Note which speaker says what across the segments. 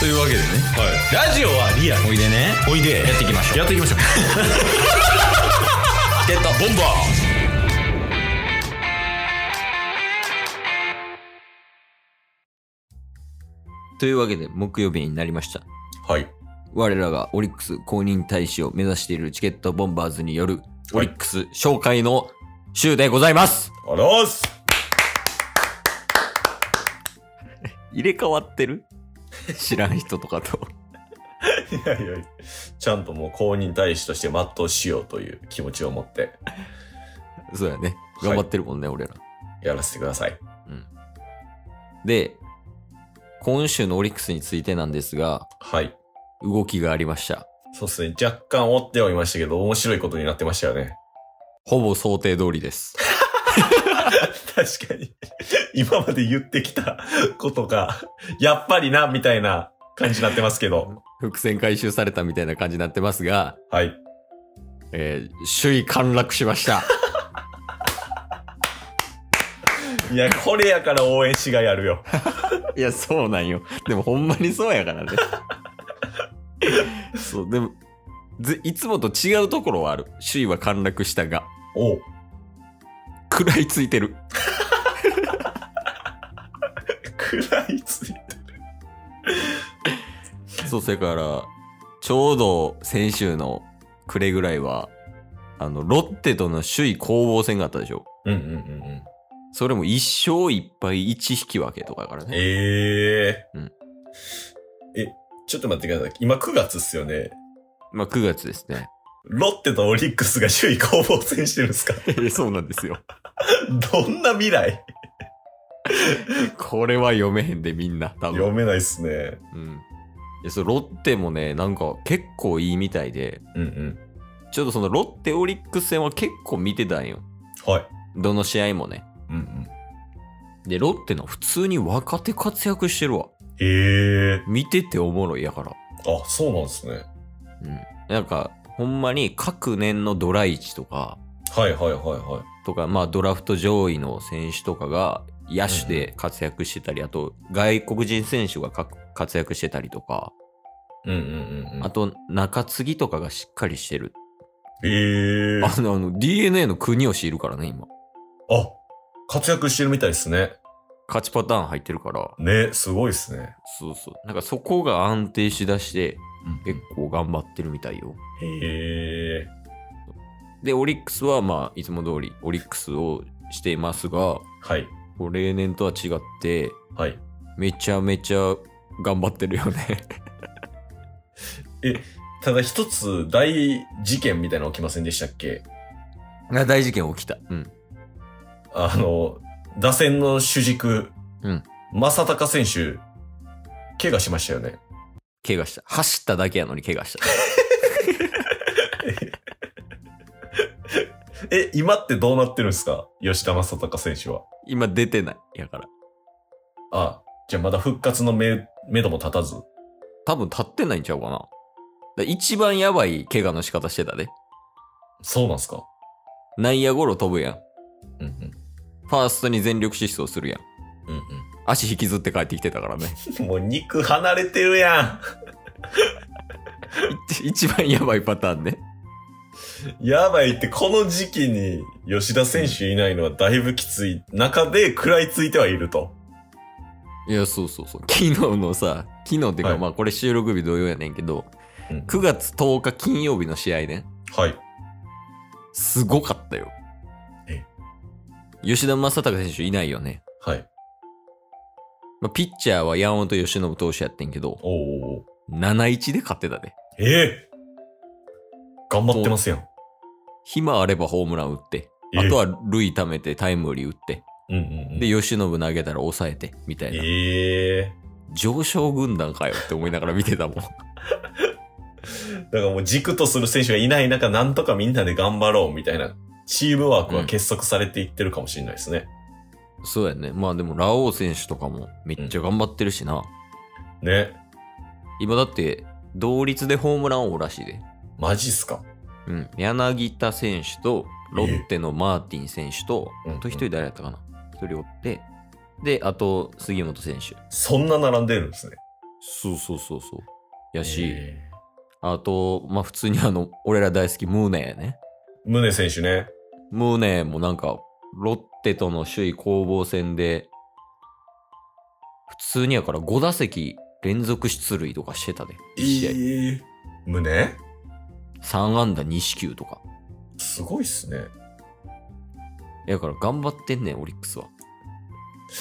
Speaker 1: というわけでね
Speaker 2: はい。ラジオはリアル。
Speaker 1: おいでね
Speaker 2: おいで。
Speaker 1: やっていきましょう
Speaker 2: やっていきましょう。
Speaker 1: ゲットボンバーというわけで木曜日になりました
Speaker 2: はい。
Speaker 1: 我らがオリックス公認大使を目指しているチケットボンバーズによるオリックス紹介の週でございます
Speaker 2: あらーす。
Speaker 1: 入れ替わってる 知らん人とかと。
Speaker 2: いやいやちゃんともう公認大使として全うしようという気持ちを持って
Speaker 1: そうやね。
Speaker 2: はい
Speaker 1: 頑張ってるもんね、俺ら。
Speaker 2: やらせてください。
Speaker 1: で、今週のオリックスについてなんですが、
Speaker 2: はい。
Speaker 1: 動きがありました。
Speaker 2: そうですね。若干追ってはいましたけど、面白いことになってましたよね。
Speaker 1: ほぼ想定通りです。
Speaker 2: 確かに。今まで言ってきたことが、やっぱりな、みたいな感じになってますけど。
Speaker 1: 伏線回収されたみたいな感じになってますが、
Speaker 2: はい。
Speaker 1: えー首位陥落しました。
Speaker 2: いや、これやから応援しがいあるよ。
Speaker 1: いや、そうなんよ。でもほんまにそうやからね。 そう、でも、ずいつもと違うところはある。首位は陥落したが、
Speaker 2: おう
Speaker 1: 食らいついてる。
Speaker 2: 食らいついて。
Speaker 1: そう、それから、ちょうど先週の暮れぐらいは、あの、ロッテとの首位攻防戦があったでしょ。
Speaker 2: うんうんうんうん。
Speaker 1: それも一勝一敗一引き分けとかやからね。
Speaker 2: ええ
Speaker 1: うん
Speaker 2: え、ちょっと待ってください。今9月っすよね。
Speaker 1: まあ9月です ね。
Speaker 2: ロッテとオリックスが首位攻防戦してるんですか
Speaker 1: そうなんですよ。
Speaker 2: どんな未来
Speaker 1: これは読めへんでみんな、多
Speaker 2: 読
Speaker 1: 分。
Speaker 2: めないっすね。
Speaker 1: うん。いや、そう、ロッテもね、なんか結構いいみたいで、
Speaker 2: うんうん。
Speaker 1: ちょっとそのロッテオリックス戦は結構見てたんよ。
Speaker 2: はい。
Speaker 1: どの試合もね。
Speaker 2: うんうん。
Speaker 1: で、ロッテの普通に若手活躍してるわ。
Speaker 2: ええ
Speaker 1: 見てておもろいやから。
Speaker 2: あ、そうなんですね。
Speaker 1: うん。なんか、ほんまに各年のドライチとか、
Speaker 2: はいはいはいは
Speaker 1: とか、まあドラフト上位の選手とかが野手で活躍してたり、あと外国人選手がか活躍してたりとか、
Speaker 2: い。うんうんうんうん。
Speaker 1: あと中継ぎとかがしっかりしてる。
Speaker 2: ええ
Speaker 1: あの、あの DNA の国吉いるからね、今。
Speaker 2: あ、活躍してるみたいですね。
Speaker 1: 勝ちパターン入ってるから、
Speaker 2: ね、すごいっすね。
Speaker 1: そうそう。なんかそこが安定しだして、
Speaker 2: え
Speaker 1: 結構頑張ってるみたいよ。
Speaker 2: え
Speaker 1: で、オリックスはまあ、いつも通りオリックスをしていますが、
Speaker 2: はい。
Speaker 1: こう例年とは違って、
Speaker 2: はい。
Speaker 1: めちゃめちゃ頑張ってるよ ね。
Speaker 2: ただ一つ大事件みたいなの起きませんでしたっけ
Speaker 1: あ大事件起きた。うん。
Speaker 2: あの、打線の主軸、
Speaker 1: うん
Speaker 2: 正隆選手、怪我しましたよね。
Speaker 1: 怪我した。走っただけやのに怪我した。
Speaker 2: え、今ってどうなってるんですか吉田正隆選手は。
Speaker 1: 今出てない。やから。
Speaker 2: あ、じゃあまだ復活の目、目処も立たず。
Speaker 1: 多分立ってないんちゃうかな。だから一番やばい怪我の仕方してたで。
Speaker 2: そうなんすか
Speaker 1: 内野ゴロ飛ぶやん。
Speaker 2: うんうん。
Speaker 1: ファーストに全力疾走するやん。
Speaker 2: うん
Speaker 1: 足引きずって帰ってきてたからね。
Speaker 2: うん。 もう肉離れてるや
Speaker 1: 一一番やばいパターンね。
Speaker 2: ん。 やばいって、この時期に吉田選手いないのはだいぶきつい中で食らいついてはいると。
Speaker 1: いや、そうそうそう。昨日のさ、昨日っていうか、
Speaker 2: はい
Speaker 1: まあこれ収録日同様やねんけど、
Speaker 2: うん
Speaker 1: 9月10日金曜日の試合ね。
Speaker 2: はい。
Speaker 1: すごかったよ。
Speaker 2: え
Speaker 1: 吉田正尚選手いないよね。
Speaker 2: はい。
Speaker 1: まあ、ピッチャーは山本由伸投手やってんけど、
Speaker 2: おーおーおー
Speaker 1: 7-1で勝ってたで。
Speaker 2: ええ頑張ってますやん。
Speaker 1: 暇あればホームラン打って、
Speaker 2: ええ
Speaker 1: あとは塁貯めてタイムリー打って、
Speaker 2: うんうんうん。
Speaker 1: で、由伸投げたら抑えて、みたいな。
Speaker 2: ええ
Speaker 1: 上昇軍団かよって思いながら見てたもん。
Speaker 2: だからもう軸とする選手がいない中、なんとかみんなで頑張ろうみたいな、チームワークは結束されていってるかもしれないですね。
Speaker 1: そうやね。まあでも、ラオウ選手とかもめっちゃ頑張ってるしな。
Speaker 2: ね。
Speaker 1: 今だって、同率でホームラン王らしいで。
Speaker 2: マジっすか
Speaker 1: うん。柳田選手と、ロッテのマーティン選手と、
Speaker 2: ええ
Speaker 1: あと一人誰やったかな一人おって、で、あと、杉本選手。
Speaker 2: そんな並んでるんですね。
Speaker 1: そうそうそうそう。やし、
Speaker 2: えー
Speaker 1: あと、まあ普通にあの、 俺ら大好きムーネやね。
Speaker 2: 宗、選手ね。
Speaker 1: ムーネもなんか、ロッテとの首位攻防戦で、普通にやから5打席連続出塁とかしてたで。1試合。
Speaker 2: い。宗
Speaker 1: 3安打2四球とか。
Speaker 2: すごいっすね。
Speaker 1: やから頑張ってんねん、オリックスは。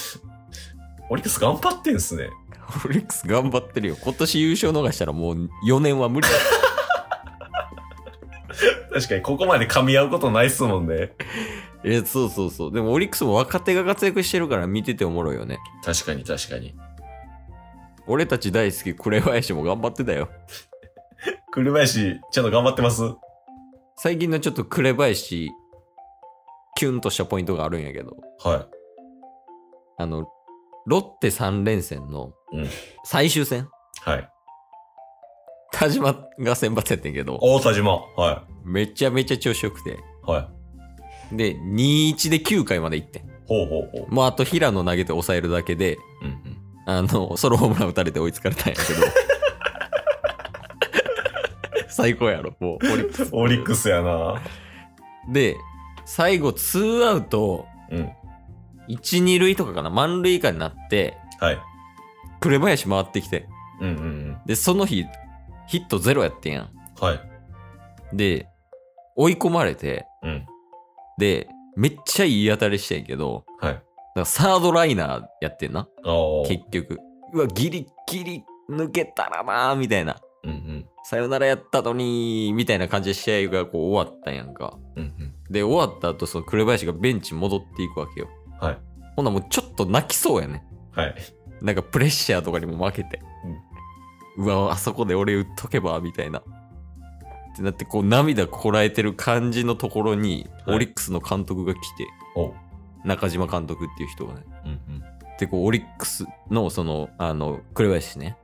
Speaker 2: オリックス頑張ってんすね。
Speaker 1: オリックス頑張ってるよ。今年優勝逃したらもう4年は無理だ。
Speaker 2: 確かにここまで噛み合うことないっすもんね。
Speaker 1: え、そうそうそう。でもオリックスも若手が活躍してるから見てておもろいよね。
Speaker 2: 確かに確かに。
Speaker 1: 俺たち大好き紅林も頑張ってたよ。
Speaker 2: 紅林、ちゃんと頑張ってます
Speaker 1: 最近のちょっと紅林、キュンとしたポイントがあるんやけど、
Speaker 2: は
Speaker 1: あの、ロッテ3連戦の
Speaker 2: うん
Speaker 1: 最終戦、
Speaker 2: い。はい。
Speaker 1: 田島が先発やってんけど、
Speaker 2: 大田島。は
Speaker 1: めちゃめちゃ調子よくて、
Speaker 2: い。はい。
Speaker 1: で、2-1で9回まで行ってん。
Speaker 2: ほうほうほう。
Speaker 1: もうあと平野投げて抑えるだけで、
Speaker 2: うんうん。
Speaker 1: あの、ソロホームラン打たれて追いつかれたんやけ ど。最高やろ、もう、オリックス。
Speaker 2: オリックスやな。
Speaker 1: で、最後、ツーアウト、
Speaker 2: うん。
Speaker 1: 1、2塁とかかな、満塁以下になって、
Speaker 2: はい。
Speaker 1: 紅林回ってきて。
Speaker 2: うんうんうん。
Speaker 1: で、その日、ヒットゼロやってんや
Speaker 2: はい。
Speaker 1: ん。で、追い込まれて、
Speaker 2: うん。
Speaker 1: で、めっちゃいい当たりしてんけど、
Speaker 2: はい。
Speaker 1: だからサードライナーやってんな、
Speaker 2: ああ。
Speaker 1: 結局。うわ、ギリギリ抜けたらなーみたいな。
Speaker 2: うんうん。
Speaker 1: さよならやったのにみたいな感じで試合がこう終わったんやんか。
Speaker 2: うんうん。
Speaker 1: で、終わった後、その紅林がベンチ戻っていくわけよ。
Speaker 2: はい。
Speaker 1: ほんならもうちょっと泣きそうやね。
Speaker 2: はい。
Speaker 1: なんかプレッシャーとかにも負けて。うわ、あそこで俺打っとけば、みたいな。ってなって、こう涙こらえてる感じのところに、
Speaker 2: はい
Speaker 1: オリックスの監督が来て、
Speaker 2: おう。
Speaker 1: 中島監督っていう人がね。
Speaker 2: うんうん。
Speaker 1: で、こうオリックスの、その、あの、紅林ね。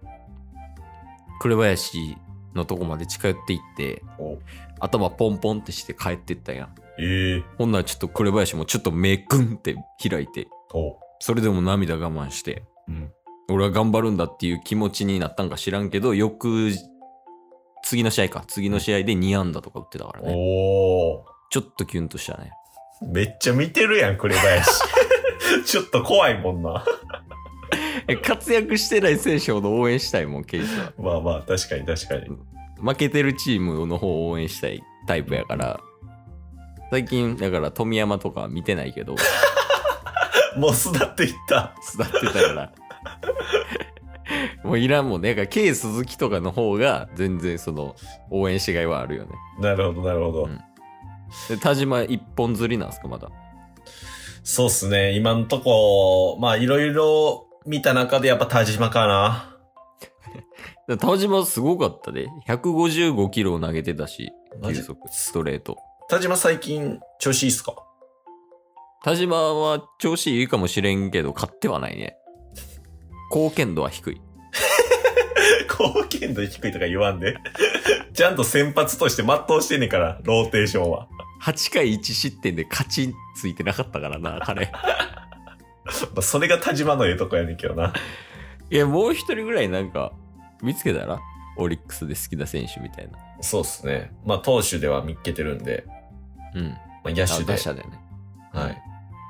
Speaker 1: 紅林のとこまで近寄っていって、
Speaker 2: おう。
Speaker 1: 頭ポンポンってして帰ってったやん。
Speaker 2: ええ
Speaker 1: ほんならちょっと紅林もちょっと目くんって開いて、
Speaker 2: おう。
Speaker 1: それでも涙我慢して、
Speaker 2: うん。
Speaker 1: 俺は頑張るんだっていう気持ちになったんか知らんけど、翌、次の試合か、次の試合で2安打とか打ってたからね。
Speaker 2: おお。
Speaker 1: ちょっとキュンとしたね。
Speaker 2: めっちゃ見てるやん、紅林。ちょっと怖いもんな。
Speaker 1: え活躍してない選手ほど応援したいもん、ケイジは。
Speaker 2: まあまあ、確かに確かに。
Speaker 1: 負けてるチームの方を応援したいタイプやから、最近、だから富山とかは見てないけど、
Speaker 2: もう巣立っていった。
Speaker 1: 巣立ってたから。もういらんもんね。だから、K 鈴木とかの方が、全然その、応援しがいはあるよね。
Speaker 2: なるほど、なるほど。
Speaker 1: うんで、田島一本釣りなんすか、まだ。
Speaker 2: そうっすね。今んとこ、まあ、いろいろ見た中でやっぱ田島かな。
Speaker 1: で田島すごかったで。155キロを投げてたし、
Speaker 2: マ
Speaker 1: 球
Speaker 2: ジ
Speaker 1: 速、ストレート。
Speaker 2: 田島最近調子いい っすか
Speaker 1: 田島は調子いいかもしれんけど、勝ってはないね。貢献度は低い。
Speaker 2: 貢献度低いとか言わんで。ちゃんと先発として全うしてんねんから、ローテーションは。
Speaker 1: 8回1失点で勝ちついてなかったからな、 彼。
Speaker 2: まあそれが田島のええとこやねんけどな。
Speaker 1: いや、もう一人ぐらいなんか、見つけたらオリックスで好きな選手みたいな。
Speaker 2: そうっすね。まあ、投手では見っけてるんで、
Speaker 1: うん。
Speaker 2: まあ、野
Speaker 1: あ
Speaker 2: 手で。
Speaker 1: 打者だよね。
Speaker 2: はい。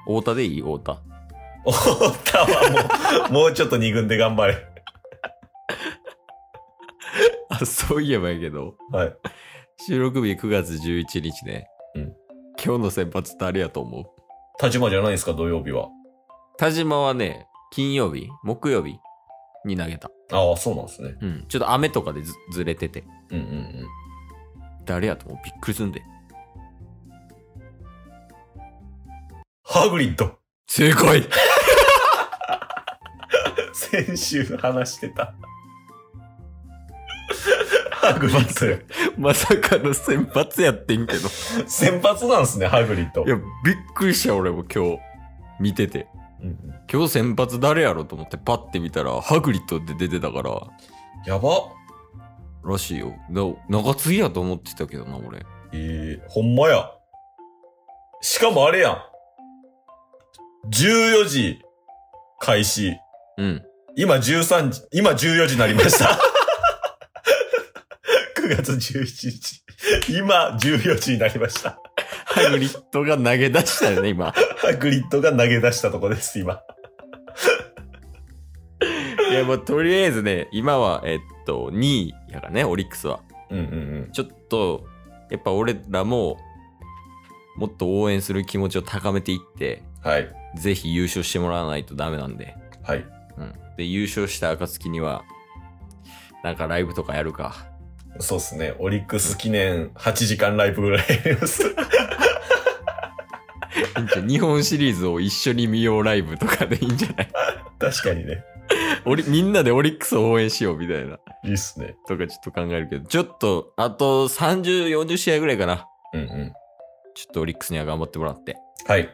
Speaker 1: 太田でいい太田。
Speaker 2: おったはもう、もうちょっと二軍で頑張れ。
Speaker 1: あ、そういえばやけど、
Speaker 2: はい。
Speaker 1: 収録日9月11日ね。
Speaker 2: うん
Speaker 1: 今日の先発誰やと思う
Speaker 2: 田島じゃないですか、土曜日は。
Speaker 1: 田島はね、金曜日、木曜日に投げた。
Speaker 2: ああ、そうなんですね。
Speaker 1: うん。ちょっと雨とかでずずれてて。
Speaker 2: うんうんうん。
Speaker 1: 誰やと思うびっくりすんで。
Speaker 2: ハグリッド。
Speaker 1: 正解
Speaker 2: 先週話してた。ハグリッ
Speaker 1: まさかの先発やってんけど。
Speaker 2: ド。先発なんですね、ハグリッド。
Speaker 1: いや、びっくりした俺も今日、見てて。
Speaker 2: うんうん
Speaker 1: 今日先発誰やろと思ってパッて見たら、ハグリッドって出てたから、
Speaker 2: やば。
Speaker 1: らしいよ。な中継ぎやと思ってたけどな、俺。
Speaker 2: えー、ほんまや。しかもあれやん。14時開始。
Speaker 1: うん。
Speaker 2: 今13時、今14時になりました。9月17日。今14時になりました。
Speaker 1: ハグリッドが投げ出したよね、今。
Speaker 2: ハグリッドが投げ出したとこです、今。
Speaker 1: いや、もうとりあえずね、今は、えっと、2位やからね、オリックスは。
Speaker 2: うんうんうん。
Speaker 1: ちょっと、やっぱ俺らも、もっと応援する気持ちを高めていって、
Speaker 2: はい。
Speaker 1: ぜひ優勝してもらわないとダメなんで。
Speaker 2: はい。
Speaker 1: うん。で、優勝した暁には、なんかライブとかやるか。
Speaker 2: そうですね。オリックス記念8時間ライブぐらいやります。
Speaker 1: いいんじゃん日本シリーズを一緒に見ようライブとかでいいんじゃない
Speaker 2: 確かにね。
Speaker 1: オリみんなでオリックスを応援しようみたいな。
Speaker 2: いいっすね。
Speaker 1: とかちょっと考えるけど、ちょっと、あと30、40試合ぐらいかな。
Speaker 2: うんうん。
Speaker 1: ちょっとオリックスには頑張ってもらって。
Speaker 2: はい。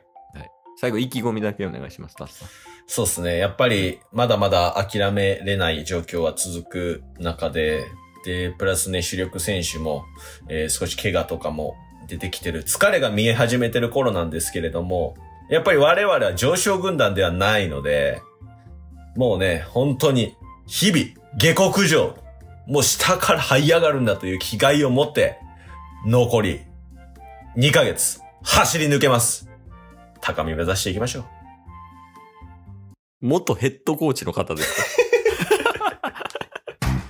Speaker 1: 最後、意気込みだけお願いします、タッさん。
Speaker 2: そうですね。やっぱり、まだまだ諦めれない状況は続く中で、で、プラスね、主力選手も、えー少し怪我とかも出てきてる。疲れが見え始めてる頃なんですけれども、やっぱり我々は上昇軍団ではないので、もうね、本当に、日々、下克上、もう下から這い上がるんだという気概を持って、残り2ヶ月、走り抜けます。高み目指していきましょう。
Speaker 1: 元ヘッドコーチの方ですか